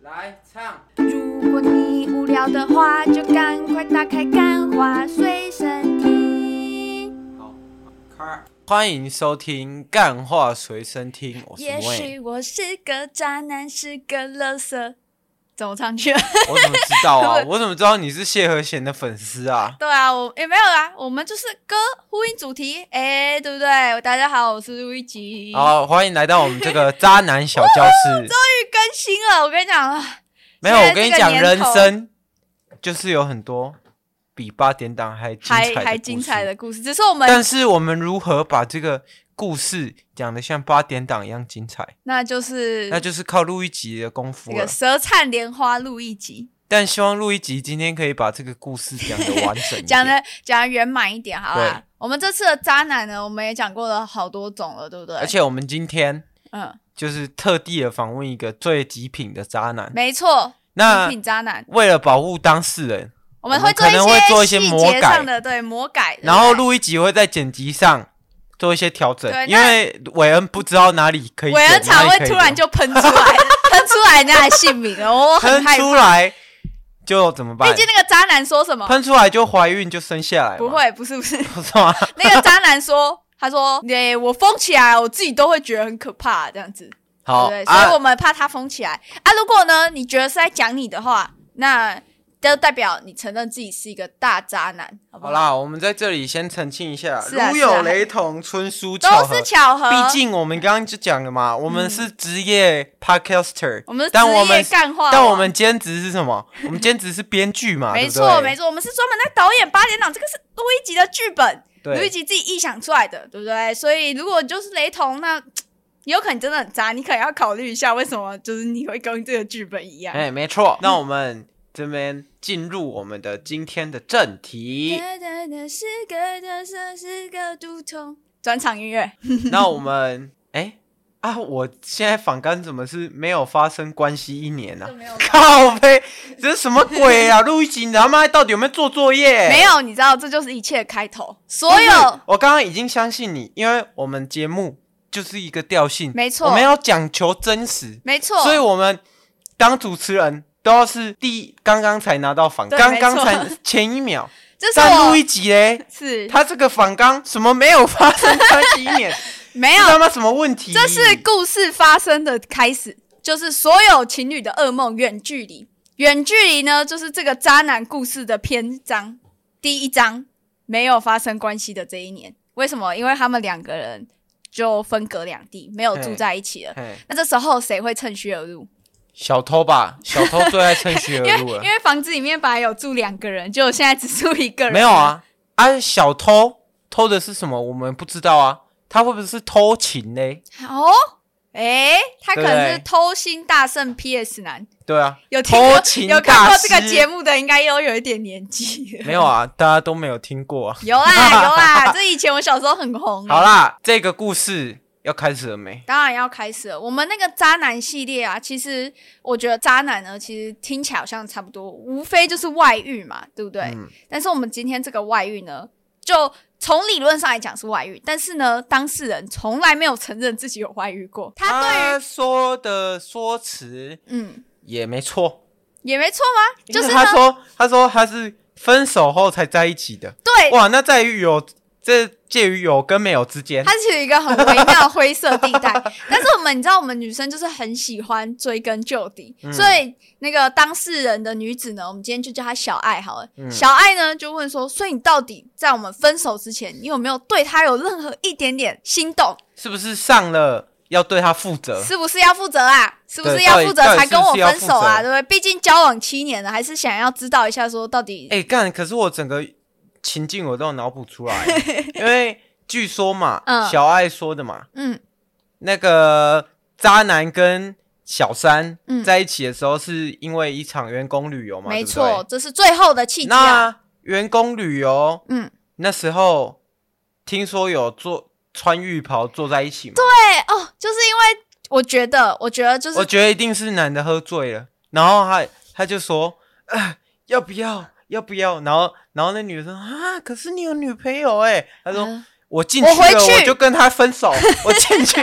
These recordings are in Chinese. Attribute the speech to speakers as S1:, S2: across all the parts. S1: 来唱，
S2: 如果你无聊的话，就赶快打开《干花随身听
S1: 好，开。
S3: 欢迎收听《干话随身听》，我》。欸是
S2: 也
S3: Wayne
S2: 许我是个渣男，是个垃圾。怎么唱去？
S3: 我怎么知道啊？我怎么知道你是谢和弦的粉丝啊？
S2: 对啊，我也、没有啊，我们就是歌呼应主题，哎、对不对？大家好，我是威吉。
S3: 好，欢迎来到我们这个渣男小教 室。
S2: 去更新了，我跟你讲啊，
S3: 没有，
S2: 现在
S3: 我跟你
S2: 这个
S3: 讲，
S2: 年
S3: 人
S2: 头
S3: 生就是有很多比八点档还精彩
S2: 还
S3: 的
S2: 还
S3: 故
S2: 精
S3: 事
S2: 彩的故事，只是我们
S3: 但是我们如何把这个故事讲得像八点档一样精彩，
S2: 那就是
S3: 那就是靠录一集的功夫
S2: 这
S3: 了
S2: 个。舌灿莲花录一集，
S3: 但希望录一集今天可以把这个故事讲得完整一 点，
S2: 讲的讲的圆满一点，好啦
S3: 对。
S2: 我们这次的渣男呢，我们也讲过了好多种了，对不对？
S3: 而，且我们今天
S2: 嗯，
S3: 就是特地的访问一个最极品的渣男。
S2: 没错，
S3: 那
S2: 极品渣男，
S3: 为了保护当事人，
S2: 我们
S3: 我们
S2: 做
S3: 可能会做
S2: 一
S3: 一些
S2: 细
S3: 魔
S2: 节
S3: 改
S2: 上的对魔改，对不
S3: 然后
S2: 对
S3: 录一集会在剪辑上做一些调整
S2: 对，
S3: 因为韦恩不知道哪里可以剪，
S2: 韦恩常
S3: 哪
S2: 会
S3: 里可以
S2: 突然
S3: 留
S2: 就喷出来， 喷出来人家的姓名了，我很
S3: 喷
S2: 害
S3: 出
S2: 怕。
S3: 来就怎么办
S2: 毕？竟那个渣男说什么？
S3: 喷出来就怀孕就生下来，
S2: 不，会，不是不 是，
S3: 不是吗？
S2: 那个渣男说，他说，诶、我封起来，我自己都会觉得很可怕，这样子，
S3: 好
S2: 对不对？所以我
S3: 啊，
S2: 们怕他封起来啊。如果呢，你觉得是在讲你的话，那就代表你承认自己是一个大渣男，好不
S3: 好
S2: 好？
S3: 啦，我们在这里先澄清一下，
S2: 是啊
S3: 如
S2: 是啊
S3: 有雷同，纯属巧
S2: 都
S3: 合
S2: 是。巧合，嗯
S3: 毕竟我们刚刚就讲了嘛，我们是职业 podcaster，
S2: 我们是
S3: 但我
S2: 职业
S3: 们
S2: 干话王，
S3: 但我们兼职是什么？ 我们兼职是编剧嘛，
S2: 没错没
S3: 错。
S2: 错，我们是专门在导演八点档，这个是录一集的剧本，录一
S3: 对，
S2: 集自己臆想出来的，对不对？所以如果你就是雷同，那有可能真的很渣，你可能要考虑一下为什么就是你会跟这个剧本一样。
S3: 哎，没错。那我们这边进入我们的今天的正题。
S2: 哒哒哒，是个角色，是个毒虫。转场音乐，
S3: 那我们哎啊，我现在反刚怎么是没有发生关系一年呢、啊？
S2: 没有
S3: 靠呗，这是什么 鬼啊？录一集你他妈到底有没有做作业？
S2: 没有，你知道这就是一切的开头。
S3: 不
S2: 所
S3: 是，
S2: 有
S3: 我刚刚已经相信你，因为我们节目就是一个调性，
S2: 没错
S3: 我们要讲求真实，
S2: 没错，
S3: 所以我们当主持人都要是第刚刚才拿到反，
S2: 对
S3: 刚
S2: 没
S3: 刚
S2: 错
S3: 才前一 秒，
S2: 这是
S3: 但录
S2: 我
S3: 一集嘞。
S2: 是
S3: 他这个反刚什么没有发生关系一年，
S2: 没
S3: 这
S2: 有，
S3: 他妈什么问题？
S2: 这是故事发生的开始，就是所有情侣的噩梦，远距离。远距离呢，就是这个渣男故事的篇章，第一章没有发生关系的这一年。为什么？因为他们两个人就分隔两地，没有住
S3: 嘿
S2: 在一起了。
S3: 嘿
S2: 那这时候谁会趁虚而入？
S3: 小偷吧，小偷最爱趁虚而
S2: 因
S3: 入啊
S2: 为
S3: 了
S2: 因。为房子里面本来有住两个人，就现在只住一个人。
S3: 没有，啊，啊，小偷偷的是什么？我们不知道啊。他会不会是偷情嘞？
S2: 哦，诶，他可能是
S3: 对不对
S2: 偷心大圣 PS 男。
S3: 对啊，
S2: 有听过
S3: 偷情
S2: 有看过
S3: 大
S2: 这
S3: 师
S2: 个节目的，应该都有一点年纪。
S3: 没有啊，大家都没有听过啊。
S2: 有 啦有啦，这以前我小时候很红。啊
S3: 好，啦，这个故事要开始了没？
S2: 当然要开始了。我们那个渣男系列啊，其实我觉得渣男呢，其实听起来好像差不多，无非就是外遇嘛，对不对？
S3: 嗯
S2: 但是我们今天这个外遇呢，就从理论上来讲是外遇，但是呢，当事人从来没有承认自己有外遇过。他对于
S3: 他说的说辞
S2: 嗯
S3: 也没错，
S2: 也没错吗？就是
S3: 因为他
S2: 呢，
S3: 说他说他是分手后才在一起的。
S2: 对，
S3: 哇，那在于有这介于有跟没有之间
S2: 它。是一个很微妙的灰色地 带。但是我们你知道，我们女生就是很喜欢追根究底，
S3: 嗯
S2: 所以那个当事人的女子呢，我们今天就叫她小爱好了。
S3: 嗯
S2: 小爱呢就问说：“所以你到底在我们分手之前，你有没有对她有任何一点点心动？
S3: 是不是上了要对他负责？
S2: 是不是要负责啊？是不是
S3: 呃对
S2: 要
S3: 到底
S2: 负责
S3: 到底
S2: 才跟我
S3: 是不是要
S2: 分手啊？
S3: 负责
S2: 对不对？毕竟交往七年了，还是想要知道一下说到底。
S3: 哎、干！可是我整个情境我都有脑补 出来，因为据说嘛，
S2: 嗯
S3: 小爱说的嘛，
S2: 嗯，
S3: 那个渣男跟小三
S2: 嗯
S3: 在一起的时候，是因为一场员工旅游嘛，
S2: 没
S3: 对不
S2: 错，
S3: 对
S2: 这是最后的契机啊。
S3: 那员工旅游
S2: 嗯，
S3: 那时候，听说有坐穿浴袍坐在一起嘛，
S2: 对哦，就是因为我觉得，我觉得就是
S3: 我觉得一定是男的喝醉了，然后他他就说、啊，要不要要不要？然后然后那女的说啊，可是你有女朋友哎、他说。
S2: 嗯
S3: 我进去了，
S2: 我回去
S3: 我就跟他 分手。我进去，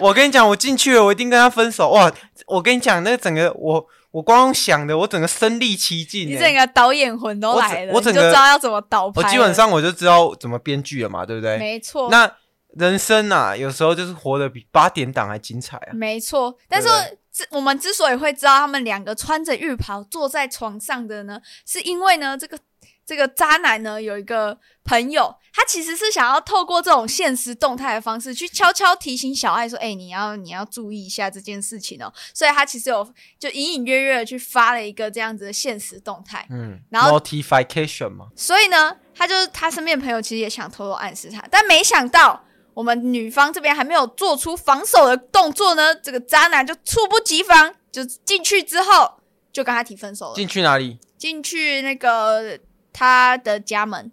S3: 我跟你讲，我进去了，我一定跟他分手。哇，我跟你讲，那整个我我光用想的，我整个身历其境、
S2: 你
S3: 欸。
S2: 整个导演魂都
S3: 我
S2: 来
S3: 整
S2: 了，
S3: 我
S2: 你
S3: 整
S2: 就
S3: 个
S2: 知道要怎么导拍
S3: 我
S2: 了。
S3: 基本上我就知道怎么编剧了嘛，对不对？
S2: 没错，
S3: 那人生啊，有时候就是活得比八点档还精彩啊。
S2: 没错，但是
S3: 对不
S2: 之我们之所以会知道他们两个穿着浴袍坐在床上的呢，是因为呢，这个这个渣男呢有一个朋友，他其实是想要透过这种现实动态的方式去悄悄提醒小爱说：“哎、你要你要注意一下这件事情哦。”所以他其实有就隐隐约约的去发了一个这样子的现实动态。
S3: 嗯
S2: 然后
S3: ，notification 嘛，
S2: 所以呢，他就是他身边的朋友其实也想偷偷暗示他，但没想到我们女方这边还没有做出防守的动作呢，这个渣男就猝不及防，就进去之后就跟他提分手了，
S3: 进去哪里？
S2: 进去那个他的家门，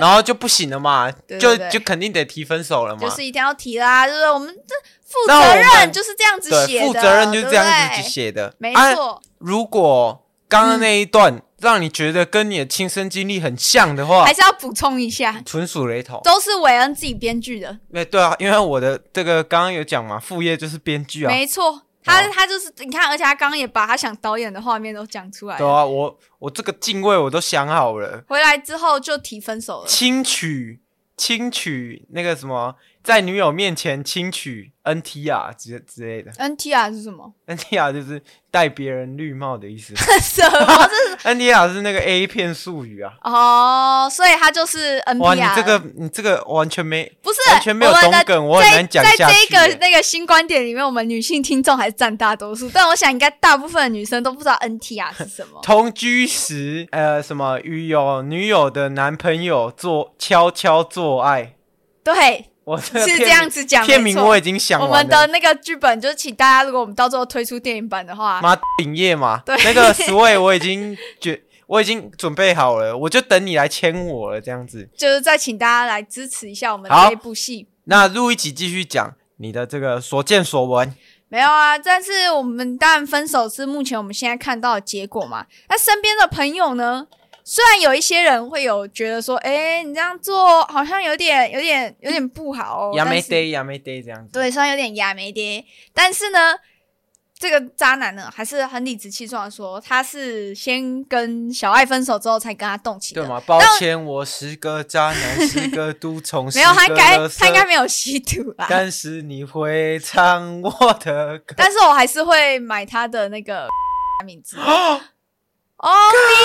S3: 然后就不行了嘛，
S2: 对
S3: 就
S2: 对对
S3: 就肯定得提分手了嘛。
S2: 就是一定要提啦，就是我们这负
S3: 那
S2: 责
S3: 我
S2: 任
S3: 们
S2: 就是这样子写
S3: 对，
S2: 的，
S3: 负责任就是这样子
S2: 对
S3: 去
S2: 不对，
S3: 写的。
S2: 没
S3: 啊，
S2: 错，
S3: 如果刚刚那一段让你觉得跟你的亲身经历很像的话
S2: 还，是要补充一下，
S3: 纯属雷同。
S2: 都是韦恩自己编剧的，
S3: 对对啊，因为我的这个刚刚有讲嘛，副业就是编剧啊。
S2: 没错。他他就是你看，而且他刚刚也把他想导演的画面都讲出来了
S3: 对。啊，我我这个敬畏我都想好了，
S2: 回来之后就提分手了。
S3: 轻取轻取那个什么，在女友面前轻取 NT 啊之之类的
S2: NTR 是什么？
S3: ，NT 啊就是戴别人绿帽的意思
S2: 什么？这是
S3: ，NT 啊是那个 A 片术语啊。
S2: 哦，所以他就是 NPR。
S3: 哇，你这个你这个完全没
S2: 不是
S3: 完全没有
S2: 我们
S3: 懂
S2: 的
S3: 梗，我很难讲
S2: 在
S3: 下
S2: 这
S3: 去
S2: 个
S3: 欸。。
S2: 那个新观点里面，我们女性听众还是占大多数，但我想应该大部分的女生都不知道 NTR 是什么
S3: 同居时，呃，什么与有女友的男朋友做悄悄做爱，
S2: 对，
S3: 我这个
S2: 是
S3: 片
S2: 这样子讲。
S3: 片
S2: 没
S3: 名
S2: 错
S3: 我已经想
S2: 我
S3: 完
S2: 们
S3: 了
S2: 的。那个剧本就是，请大家如果我们到最后推出电影版的话，
S3: 妈顶业嘛，
S2: 对
S3: 那个 sway 我已经觉我已经准备好了，我就等你来签我了这样子。
S2: 就是再请大家来支持一下我们
S3: 好
S2: 这一部戏。
S3: 那录一集继续讲你的这个所见所闻，
S2: 没有啊，但是我们当然分手是目前我们现在看到的结果嘛。那身边的朋友呢？虽然有一些人会有觉得说，哎、你这样做好像有点、有点、有点不好哦。
S3: 亚
S2: 但
S3: 美
S2: 是
S3: day 亚美 day 这样子。
S2: 对，虽然有点亚没爹，但是呢，这个渣男呢还是很理直气壮的说，他是先跟小爱分手之后才跟他动情的。
S3: 对嘛？抱歉，我是个渣男，是个毒虫，
S2: 没有，他
S3: 是
S2: 应
S3: 个
S2: 该
S3: 垃圾
S2: 他应该没有吸毒啊。
S3: 但是你会唱我的歌。
S2: 但是我还是会买他的那个名字。哦，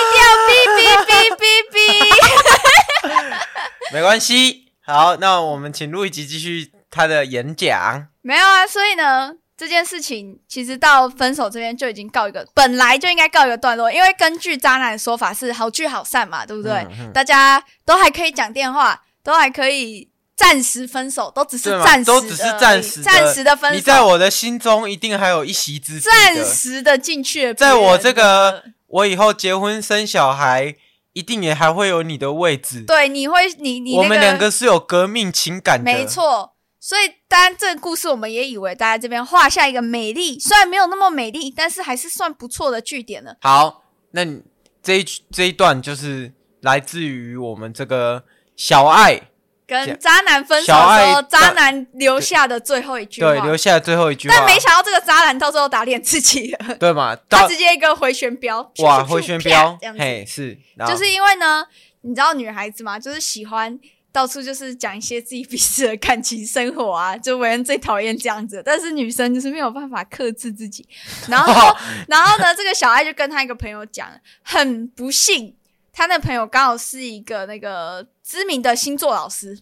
S2: 逼掉，逼逼逼逼逼。
S3: 没关系，好，那我们请录一集继续他的演讲。
S2: 没有啊，所以呢，这件事情其实到分手这边就已经告一个，本来就应该告一个段落，因为根据渣男的说法是好聚好散嘛，对不对？
S3: 嗯嗯
S2: 大家都还可以讲电话，都还可以暂时分手，都只是
S3: 对嘛
S2: 暂时的而已，
S3: 都只是暂时的
S2: 暂时的分手，
S3: 你在我的心中一定还有一席之地的。
S2: 暂时的进去了别
S3: 在
S2: 人的，
S3: 我这个，我以后结婚生小孩，一定也还会有你的位置。
S2: 对，你会你你、那
S3: 我们两个是有革命情感的，
S2: 没。错。所以，当然，这个故事我们也以为大家这边画下一个美丽，虽然没有那么美丽，但是还是算不错的据点了。
S3: 好，那你这一这一段就是来自于我们这个小爱
S2: 跟渣男分手
S3: 小
S2: 的时
S3: 爱
S2: 候，
S3: 渣
S2: 渣男留下的最后一句话。
S3: 对留下的最后一句话，
S2: 但没想到这个渣男到最后打脸自己了，
S3: 对嘛？
S2: 他
S3: 到
S2: 直接一个回旋镖，
S3: 哇
S2: 咻咻咻
S3: 回旋
S2: 啪
S3: 镖
S2: 这样，子。
S3: 嘿是，然后
S2: 就是因为呢，你知道女孩子嘛，就是喜欢到处就是讲一些自己彼此的感情生活啊，就为人最讨厌这样子。但是女生就是没有办法克制自己，然 后然后呢，这个小爱就跟她一个朋友讲，很不幸，她那朋友刚好是一个那个知名的星座老师。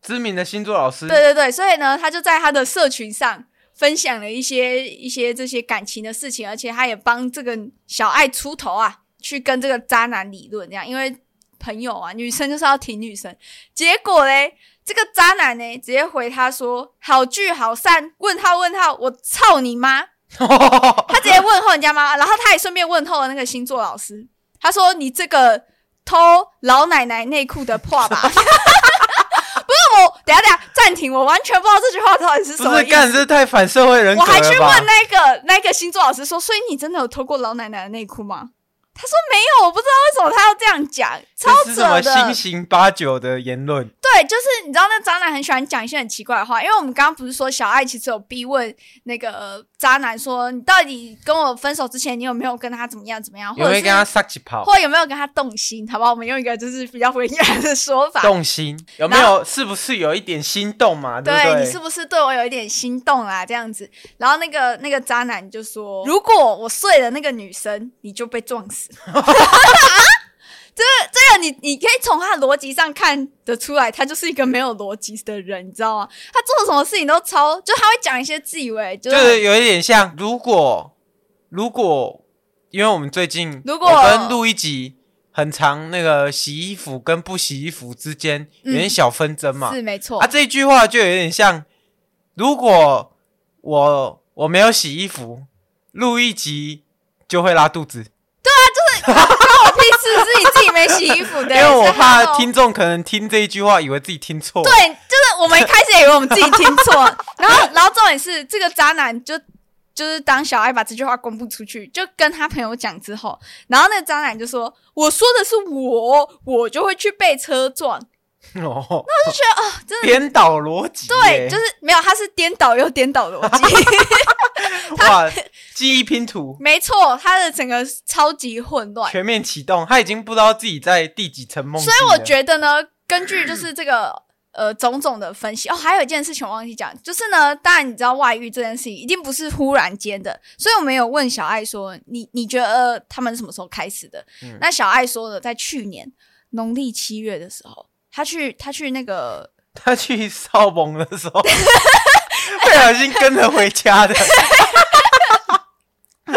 S3: 知名的星座老师，
S2: 对 对对，所以呢，他就在他的社群上分享了一些一些这些感情的事情，而且他也帮这个小爱出头啊，去跟这个渣男理论，这样，因为朋友啊，女生就是要挺女生。结果嘞，这个渣男呢，直接回他说：“好聚好散？”问号问号，我操你妈！他直接问候人家妈妈，然后他也顺便问候了那个星座老师。他说：“你这个偷老奶奶内裤的破吧。” 不是我，等一下等一下，暂停，我完全不知道这句话到底是什
S3: 不
S2: 么
S3: 是
S2: 意思。
S3: 干这太反社会人格
S2: 我
S3: 了吧？
S2: 还去问那个那个星座老师说：“所以你真的有偷过老奶奶的内裤吗？”他说：“没有，我不知道为什么他要这样讲，超
S3: 这是什
S2: 扯
S3: 么
S2: 的。
S3: 新型八九的言论？
S2: 对，就是你知道那渣男很喜欢讲一些很奇怪的话，因为我们刚刚不是说小爱其实有逼问那个呃渣男说，你到底跟我分手之前，你有没有跟他怎么样怎么样，或
S3: 有
S2: 者
S3: 没
S2: 是
S3: 有跟他撒起跑？
S2: 或有没有跟他动心，好不好？我们用一个就是比较文雅的说法，
S3: 动心有没有？是不是有一点心动嘛？对不
S2: 对
S3: 对？
S2: 你是不是对我有一点心动啦、这样子，然后那个那个渣男就说，如果我睡了那个女生，你就被撞死。 这这个你你可以从他的逻辑上看得出来，他就是一个没有逻辑的人，你知道吗？他做什么事情都超，就他会讲一些自以为就
S3: 就是是有一点像，如果如果，因为我们最近
S2: 如果
S3: 我跟录一集，很长那个洗衣服跟不洗衣服之间有点小纷争嘛，
S2: 嗯是没错，
S3: 啊，这句话就有点像，如果我我没有洗衣服，录一集就会拉肚子，
S2: 我屁事是你自己没洗衣服的，
S3: 因为我
S2: 是他
S3: 怕
S2: 哦
S3: 听众可能听这一句话以为自己听错，
S2: 对，就是我们一开始也以为我们自己听错，然后然后重点是这个渣男就就是当小爱把这句话公布出去，就跟他朋友讲之后，然后那个渣男就说：“我说的是我，我就会去被车撞。
S3: 哦，
S2: 真的
S3: 颠倒逻辑耶，
S2: 对，就是没有，他是颠倒又颠倒逻辑，
S3: 哇，记忆拼图。
S2: 没错，他的整个超级混乱。
S3: 全面启动，他已经不知道自己在第几层梦境
S2: 所
S3: 了。
S2: 以我觉得呢，根据
S3: 嗯
S2: 就是这个呃种种的分析哦，还有一件事情我忘记讲，就是呢，当然你知道外遇这件事情一定不是忽然间的，所以我们有问小爱说，你你觉得、呃他们什么时候开始的？
S3: 嗯
S2: 那小爱说的，在去年农历七月的时候，他去他去那 个
S3: 他去少蒙的时 候，不小心跟着回家的。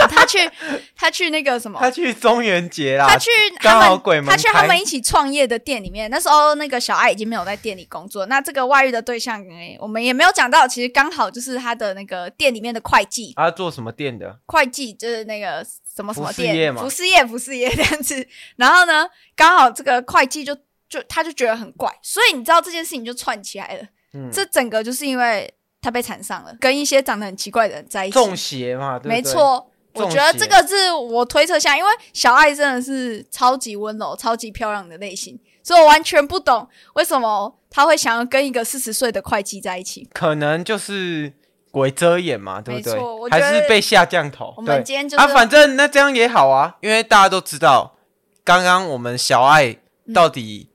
S2: 他去他去那个什么
S3: 他。去中元节啦，
S2: 他去他
S3: 啊刚好鬼
S2: 们，
S3: 门
S2: 他去他
S3: 开
S2: 们一起创业的店里面。那时候那个小爱已经没有在店里工作，那这个外遇的对象，哎我们也没有讲到，其实刚好就是他的那个店里面的会计，
S3: 他做什么店的？
S2: 会计就是那个什么什么
S3: 服饰业
S2: 店，
S3: 嘛
S2: 服饰业，服饰业这样子。然后呢，刚好这个会计就就他就觉得很怪，所以你知道这件事情就串起来了。
S3: 嗯，
S2: 这整个就是因为他被缠上了，跟一些长得很奇怪的人在一起，
S3: 中邪嘛，对不对
S2: 没，错，我
S3: 中
S2: 觉得
S3: 邪
S2: 这个是我推测下，因为小爱真的是超级温柔、超级漂亮的类型，所以我完全不懂为什么她会想要跟一个四十岁的会计在一起。
S3: 可能就是鬼遮眼嘛，对不
S2: 没
S3: 对
S2: 错我？觉
S3: 还
S2: 得
S3: 是被下降头
S2: 我？们
S3: 对
S2: 今天就是
S3: 啊，反正那这样也好啊，因为大家都知道，刚刚我们小爱
S2: 嗯
S3: 到底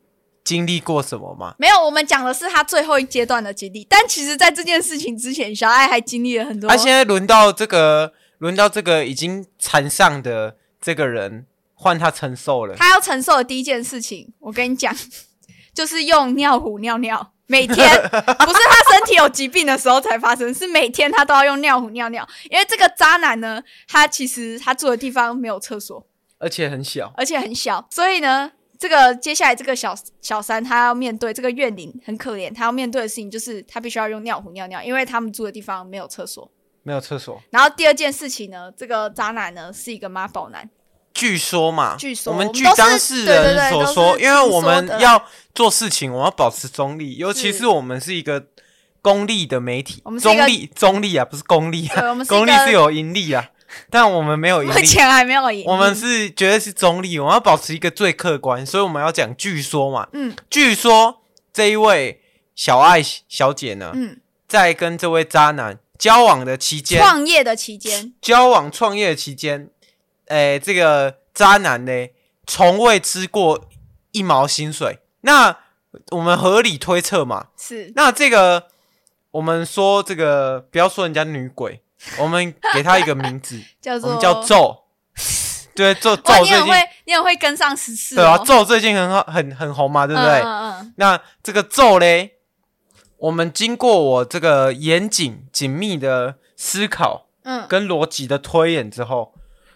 S3: 经历过什么嘛？
S2: 没有，我们讲的是她最后一阶段的经历，但其实在这件事情之前，小爱还经历了很多。
S3: 他、现在轮到这个，轮到这个已经缠上的这个人，换他承受了。
S2: 她要承受的第一件事情，我跟你讲， 就是用尿壶尿尿。每天不是她身体有疾病的时候才发生，是每天她都要用尿壶尿尿。因为这个渣男呢，他其实他住的地方没有厕所，
S3: 而且很小，
S2: 而且很小，所以呢，这个接下来这个小小三他要面对这个怨灵很可怜，他要面对的事情就是他必须要用尿壶尿尿，因为他们住的地方没有厕所。
S3: 没有厕所。
S2: 然后第二件事情呢，这个渣男呢是一个妈宝男，
S3: 据说嘛，
S2: 据说
S3: 我们
S2: 我们
S3: 据
S2: 都是
S3: 当事
S2: 对对对
S3: 人所
S2: 都是
S3: 说，因为我
S2: 听
S3: 们
S2: 说的
S3: 要做事情，我们要保持中立，尤其
S2: 是
S3: 是我们是一个公立的媒体
S2: 我们，是一个
S3: 中立中立啊，不是公立啊，
S2: 对，我 们是一
S3: 公立是
S2: 个
S3: 有盈利啊，但我们没有盈
S2: 目
S3: 利，
S2: 前还没有赢，
S3: 我们是绝对是中立，我们要保持一个最客观，所以我们要讲据说嘛，
S2: 嗯
S3: 据说这一位小爱小姐呢，
S2: 嗯
S3: 在跟这位渣男交往的期间，
S2: 创业的期间，
S3: 交往创业的期间，诶、这个渣男呢，从未吃过一毛薪水。那我们合理推测嘛，
S2: 是
S3: 那这个我们说这个不要说人家女鬼，我们给她一个名 字，
S2: 叫
S3: 我
S2: 做
S3: 们叫咒。对，咒咒
S2: 哇，你
S3: 最
S2: 很
S3: 近
S2: 会，你很会跟上时事、
S3: 对啊，
S2: 哦，
S3: 咒最近很好，很很红嘛，对不对？
S2: 嗯嗯嗯，
S3: 那这个咒嘞，我们经过我这个严谨紧密的思考，
S2: 嗯，
S3: 跟逻辑的推演之后，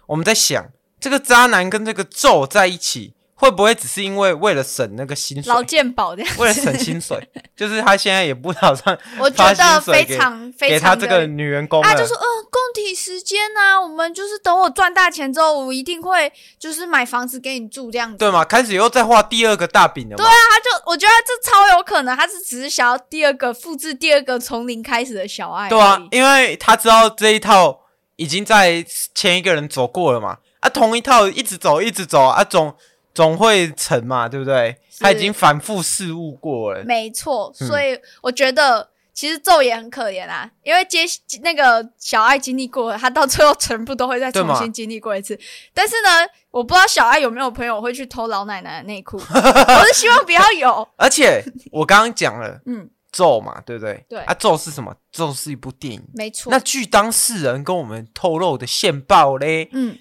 S3: 我们在想，这个渣男跟这个咒在一起，会不会只是因为为了省那个薪水
S2: 劳，健保这样，
S3: 为了省薪水，就是他现在也不打算
S2: 我觉
S3: 发
S2: 得
S3: 薪水
S2: 非
S3: 给
S2: 常非
S3: 给他
S2: 常
S3: 这
S2: 的。
S3: 个女员工了。
S2: 他就说，嗯，供体时间呐、我们就是等我赚大钱之后，我一定会就是买房子给你住这样子。
S3: 对嘛，开始又在画第二个大饼了嘛。
S2: 对他就我觉得这超有可能，他是只是想要第二个复制第二个从零开始的小爱而已。
S3: 对啊，因为他知道这一套已经在前一个人走过了嘛，啊，同一套一直走一直走啊，总总会成嘛，对不对？
S2: 是
S3: 他已经反复试悟过了，
S2: 没错，
S3: 嗯
S2: 所以我觉得其实咒也很可怜啊，因为接那个小爱经历过了，他到最后全部都会再
S3: 对
S2: 重
S3: 嘛
S2: 新经历过一次。但是呢，我不知道小爱有没有朋友会去偷老奶奶的内 裤，我是希望不要有。
S3: 而且我刚刚讲了
S2: 嗯，
S3: 咒嘛，对不对？
S2: 对
S3: 啊，咒是什么？咒是一部电影。
S2: 没错
S3: 那。据当事人跟我们透露的线报嘞，
S2: 嗯，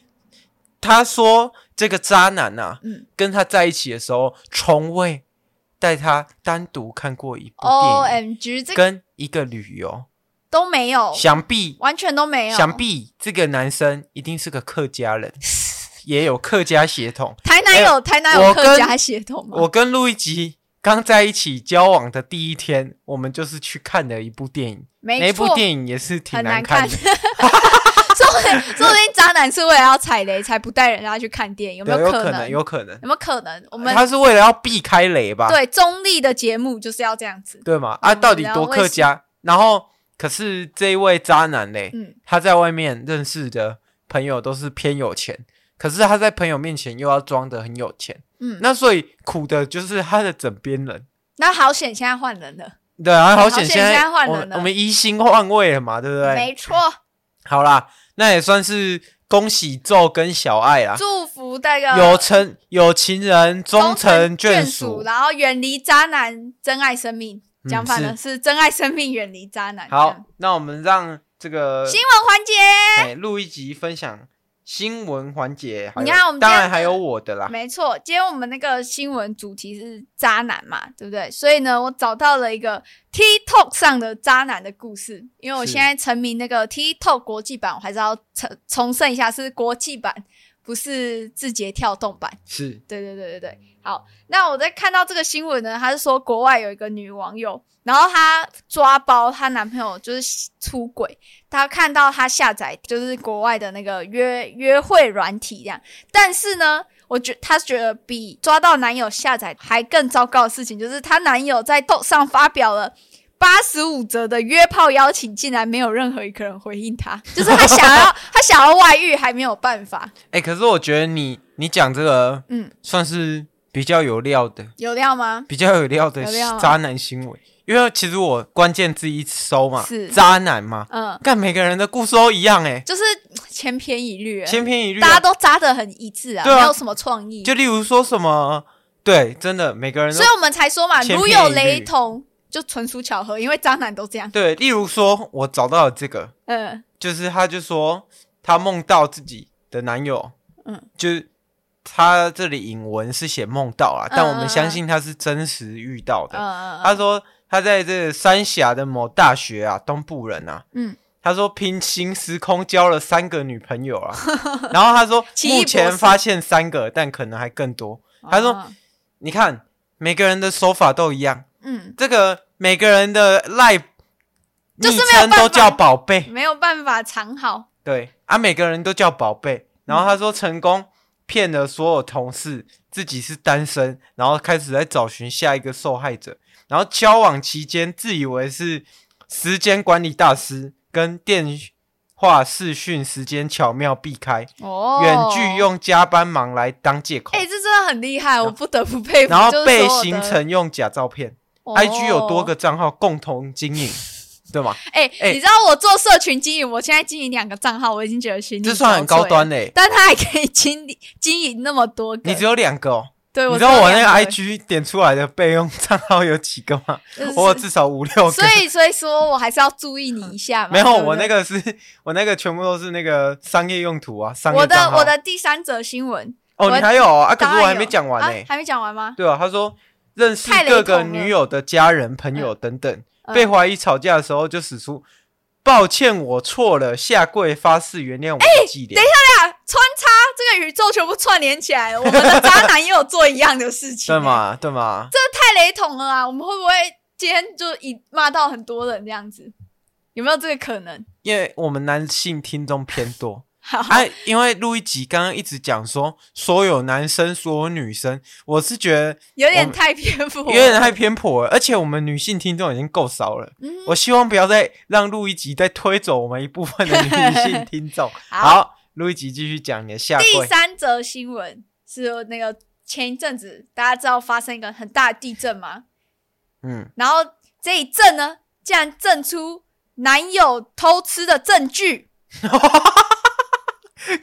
S3: 他说这个渣男啊，
S2: 嗯
S3: 跟他在一起的时候，从未带他单独看过一部
S2: ，O
S3: 电影，
S2: M G，这个哦哎
S3: 跟一个旅游。
S2: 都没有，
S3: 想必
S2: 完全都没有。
S3: 想必这个男生一定是个客家 人，也有客家血统。
S2: 台南有、台南有
S3: 我
S2: 客
S3: 跟
S2: 家血统吗？
S3: 我跟陆一吉刚在一起交往的第一天，我们就是去看了一部电影，那
S2: 没
S3: 一
S2: 错
S3: 部，电影也是挺
S2: 很难
S3: 看
S2: 看。
S3: 的。
S2: 说不定说不定渣男是为了要踩雷才不带人家去看电影，有没
S3: 对，有
S2: 可
S3: 能，有可能，
S2: 有没有可能？我们
S3: 他是为了要避开雷吧？
S2: 对中立的节目就是要这样子。
S3: 对嘛？啊，
S2: 嗯
S3: 到底
S2: 了
S3: 多
S2: 为
S3: 客
S2: 什
S3: 家？然后，可是这一位渣男嘞，
S2: 嗯，
S3: 他在外面认识的朋友都是偏有钱，可是他在朋友面前又要装的很有钱，
S2: 嗯
S3: 那所以苦的就是他的枕边人。
S2: 那好险，现在换人了，
S3: 对啊，好
S2: 好险
S3: 险！
S2: 现在
S3: 在
S2: 换
S3: 我
S2: 人
S3: 们
S2: 了
S3: 我们一星换位了嘛，对不对？
S2: 没错。
S3: 好啦，那也算是恭喜宙跟小爱啦，
S2: 祝福那个
S3: 啊有成有情人终成眷
S2: 眷
S3: 属。
S2: 然后远离渣男，珍爱生命。
S3: 嗯
S2: 讲反了，是珍爱生命，远离渣男。这
S3: 好
S2: 样，
S3: 那我们让这个
S2: 新闻环节，
S3: 哎录一集分享新闻环节，还
S2: 你
S3: 有
S2: 看我们
S3: 当
S2: 今
S3: 然
S2: 天
S3: 还有我的啦，
S2: 没错，今天我们那个新闻主题是渣男嘛，对不对？所以呢，我找到了一个 TikTok 上的渣男的故事，因为我
S3: 是
S2: 现在沉迷那个 TikTok 国际版，我还是要重重申一下，是国际版，不是字节跳动版。
S3: 是
S2: 对对对对对，好，那我在看到这个新闻呢，他是说国外有一个女网友，然后她抓包她男朋友就是出轨，她看到他下载就是国外的那个约约会软体这样，但是呢，我觉她觉得比抓到男友下载还更糟糕的事情，就是她男友在豆上发表了。八十五折的约炮邀请，竟然没有任何一个人回应她，就是她想要她想要外遇还没有办法，
S3: 哎、可是我觉得你你讲这个
S2: 嗯，
S3: 算是比较有料的，
S2: 有料吗？
S3: 比较有料的
S2: 有料啊
S3: 渣男行为，因为其实我关键字一搜嘛，
S2: 是
S3: 渣男嘛，
S2: 嗯，
S3: 干每个人的故事都一样哎、
S2: 就是千篇一律，
S3: 千篇一律啊、
S2: 大家都扎的很一致啊，
S3: 对啊
S2: 没有什么创意。
S3: 就例如说什么，对，真的每个人都
S2: 所以我们才说嘛，
S3: 千
S2: 如
S3: 篇一律
S2: 有雷同，就纯属巧合，因为渣男都这样。
S3: 对，例如说我找到了这个，
S2: 嗯，
S3: 就是她就说她梦到自己的男友，
S2: 嗯
S3: 嗯，就是她这里引文是写梦到啦，
S2: 嗯
S3: 但我们
S2: 嗯嗯
S3: 相信她是真实遇到的，
S2: 呃，
S3: 他说他在这三峡的某大学啊，东部人啊，
S2: 嗯
S3: 嗯，他说平行时空交了三个女朋友 啊，然后他说
S2: 奇异
S3: 目前
S2: 博士
S3: 发现三个，但可能还更多。他说，
S2: 嗯
S3: 你看每个人的手法都一样，
S2: 嗯，
S3: 这个每个人的赖
S2: 就是
S3: 昵
S2: 没有办
S3: 称
S2: 法
S3: 都叫宝贝，
S2: 没有办法藏好，
S3: 对啊，每个人都叫宝贝。然后他说成功骗了所有同事，自己是单身，然后开始在找寻下一个受害者。然后交往期间自以为是时间管理大师，跟电话视讯时间巧妙避开，
S2: 哦，
S3: 远距，用加班忙来当借口，
S2: 哎，这真的很厉害，我不得不佩服。
S3: 然后
S2: 就是所
S3: 被
S2: 有
S3: 行
S2: 的
S3: 程用假照片、
S2: 哦
S3: i g 有多个账号共同 经营，对吗？
S2: 哎，
S3: 哎
S2: 你知道我做社群经营，我现在经营两个账号，我已经觉得心力
S3: 这算很高端
S2: 交瘁了，
S3: 嘞、
S2: 但他还可以经理经营那么多个
S3: 你，只有两个哦。
S2: 对，
S3: 你
S2: 我
S3: 知道我
S2: 只
S3: 那
S2: 有
S3: 个
S2: 两
S3: IG 点出来的备用账号有几个吗？
S2: 就是
S3: 我有至少五六
S2: 所
S3: 个。
S2: 以所以说我还是要注意你一下嘛。
S3: 没有，
S2: 对不对
S3: 我那个是我那个全部都是那个商业用途啊，商业
S2: 我的
S3: 账号
S2: 我的第三者新闻我
S3: 哦，你还有啊？啊可
S2: 当
S3: 是
S2: 然
S3: 我
S2: 有
S3: 还没讲完呢、
S2: 啊还没讲完吗？
S3: 对啊，他说认识
S2: 太雷
S3: 各个
S2: 同了
S3: 女友的家人、朋友等等，
S2: 嗯
S3: 被怀疑吵架的时候就使出“抱歉，我错了”，下跪发誓原谅我
S2: 哎
S3: 的伎
S2: 对
S3: 俩。
S2: 啊，穿插这个宇宙全部串联起来了，我们的渣男也有做一样的事 情、
S3: 对？嘛？对嘛？
S2: 太雷同了啊！我们会不会今天就一骂到很多人这样子？有没有这个可能？
S3: 因为我们男性听众偏多，
S2: 好，
S3: 哎、因为录一集刚刚一直讲说所有男生、所有女生，我是觉得
S2: 有
S3: 我
S2: 点
S3: 们
S2: 太偏颇了，
S3: 有点太偏颇了，而且我们女性听众已经够少了。
S2: 嗯
S3: 我希望不要再让录一集再推走我们一部分的女性听众。
S2: 好
S3: 好，录一集继续讲你的下
S2: 第
S3: 跪。
S2: 三则新闻是那个前一阵子大家知道发生一个很大的地震吗？
S3: 嗯，
S2: 然后这一震呢，竟然震出男友偷吃的证据，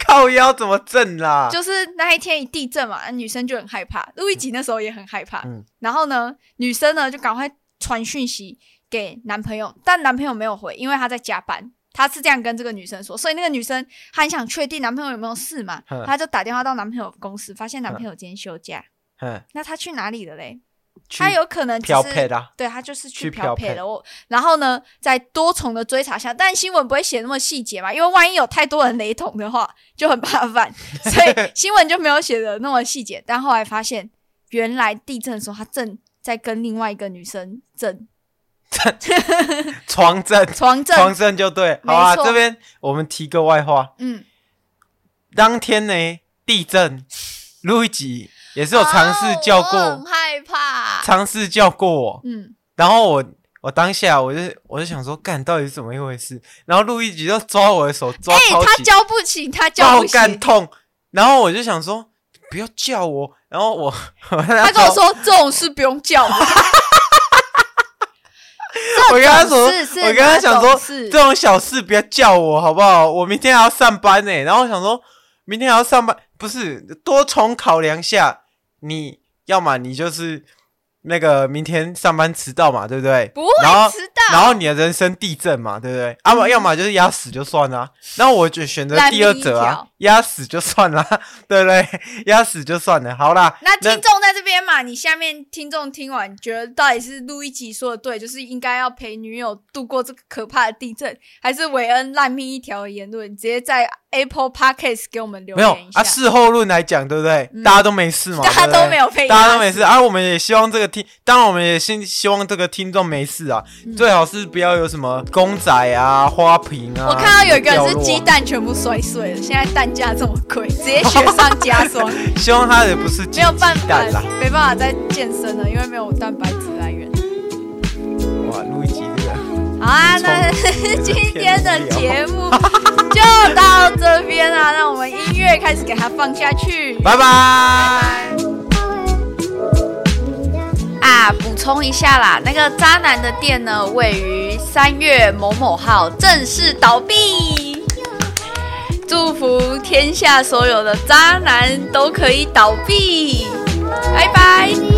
S3: 靠腰怎么震啦？
S2: 就是那一天一地震嘛，女生就很害怕，路易吉那时候也很害怕。
S3: 嗯
S2: 然后呢，女生呢就赶快传讯息给男朋友，但男朋友没有回，因为他在加班。他是这样跟这个女生说，所以那个女生她很想确定男朋友有没有事嘛
S3: 哼，
S2: 她就打电话到男朋友公司，发现男朋友今天休假。
S3: 嗯，
S2: 那他去哪里了嘞？
S3: 去
S2: 他有可能只
S3: 漂
S2: 是
S3: 配啦。
S2: 对他就是
S3: 去
S2: 去
S3: 漂
S2: 漂配
S3: 配
S2: 了我，然后呢，在多重的追查下，但新闻不会写那么细节嘛，因为万一有太多人雷同的话，就很麻 烦，所以新闻就没有写的那么细节。但后来发现，原来地震的时候，他正在跟另外一个女生震
S3: 床震，
S2: 床震，
S3: 床震就对。好啊，
S2: 没错
S3: 这边我们提个外话，
S2: 嗯，
S3: 当天呢地震，路易吉也是有尝试叫过，
S2: 哦我很害怕，
S3: 尝试叫过我，
S2: 嗯，
S3: 然后我。我当下我就我就想说，干到底是怎么一回事？然后路易吉就抓我的手，抓
S2: 哎、
S3: 超
S2: 他
S3: 紧，
S2: 叫不起，他叫
S3: 爆
S2: 不起，
S3: 干痛。然后我就想说，不要叫我。然后我 我跟
S2: 他跟我说这种事不用叫我。
S3: 我跟 他说，
S2: 是是
S3: 我跟他想
S2: 哪
S3: 说
S2: 种，事
S3: 这种小事不要叫我好不好？我明天还要上班呢、然后我想说，明天还要上班，不是多重考量下，你要么你就是那个明天上班迟到嘛，对不对？
S2: 不
S3: 然后
S2: 会迟到，
S3: 然后你的人生地震嘛，对不对？啊不，
S2: 嗯
S3: 要么就是压死就算了、然后我就选择
S2: 烂
S3: 第二
S2: 命一
S3: 者啊
S2: 条，
S3: 压死就算了、对不对？ 压死就算了，好啦。
S2: 那听众在这边嘛，你下面听众听完，觉得到底是路一吉说的对，就是应该要陪女友度过这个可怕的地震，还是韦恩烂命一条的言论？你直接在 Apple Podcast 给我们留
S3: 没有
S2: 言一下，
S3: 啊，事后论来讲，对不对？
S2: 嗯
S3: 大家都没事嘛，
S2: 大家
S3: 对不对
S2: 都没有被
S3: 大家都
S2: 压
S3: 没事啊。我们也希望这个听，当然我们也希希望这个听众没事啊，
S2: 嗯
S3: 最好是不要有什么公仔啊、花瓶啊。
S2: 我看到有一个人是鸡
S3: 鸡，
S2: 蛋全部摔碎了，现在蛋价这么贵，直接雪上加 霜，
S3: 啊希望他也不是鸡
S2: 没有办
S3: 鸡
S2: 法
S3: 蛋啦。，
S2: 没办法再健身了，因为没有蛋白质来源。
S3: 哇，录一集这个。
S2: 好啊，那
S3: 充
S2: 今天的节目就到这边啦、那我们音乐开始给它放下去。
S3: 拜拜。
S2: 啊，补充一下啦，那个渣男的店呢，位于三月某某号正式倒闭。祝福天下所有的渣男都可以倒闭，拜拜。